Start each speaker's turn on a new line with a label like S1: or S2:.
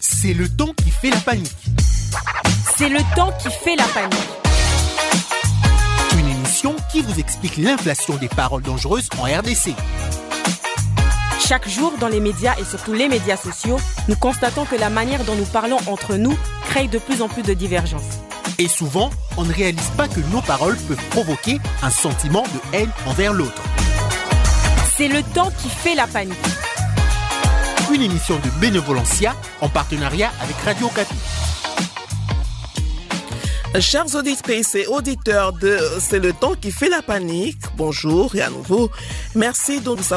S1: C'est le temps qui fait la panique.
S2: C'est le temps qui fait la panique.
S1: Une émission qui vous explique l'inflation des paroles dangereuses en RDC.
S2: Chaque jour, dans les médias et surtout les médias sociaux, nous constatons que la manière dont nous parlons entre nous crée de plus en plus de divergences.
S1: Et souvent, on ne réalise pas que nos paroles peuvent provoquer un sentiment de haine envers l'autre.
S2: C'est le temps qui fait la panique.
S1: Une émission de Bénévolencia en partenariat avec Radio Capi.
S3: Chers auditrices et auditeurs de C'est le temps qui fait la panique, bonjour et à nouveau, merci de nous avoir